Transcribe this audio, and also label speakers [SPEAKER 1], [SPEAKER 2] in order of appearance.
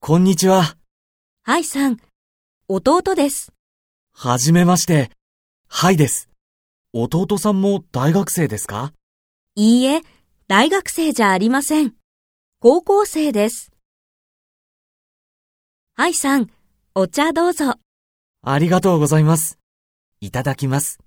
[SPEAKER 1] こんにちは。
[SPEAKER 2] はいさん、弟です。
[SPEAKER 1] はじめまして。はいです。弟さんも大学生ですか
[SPEAKER 2] いいえ、大学生じゃありません。高校生です。はいさん、お茶どうぞ。
[SPEAKER 1] ありがとうございます。いただきます。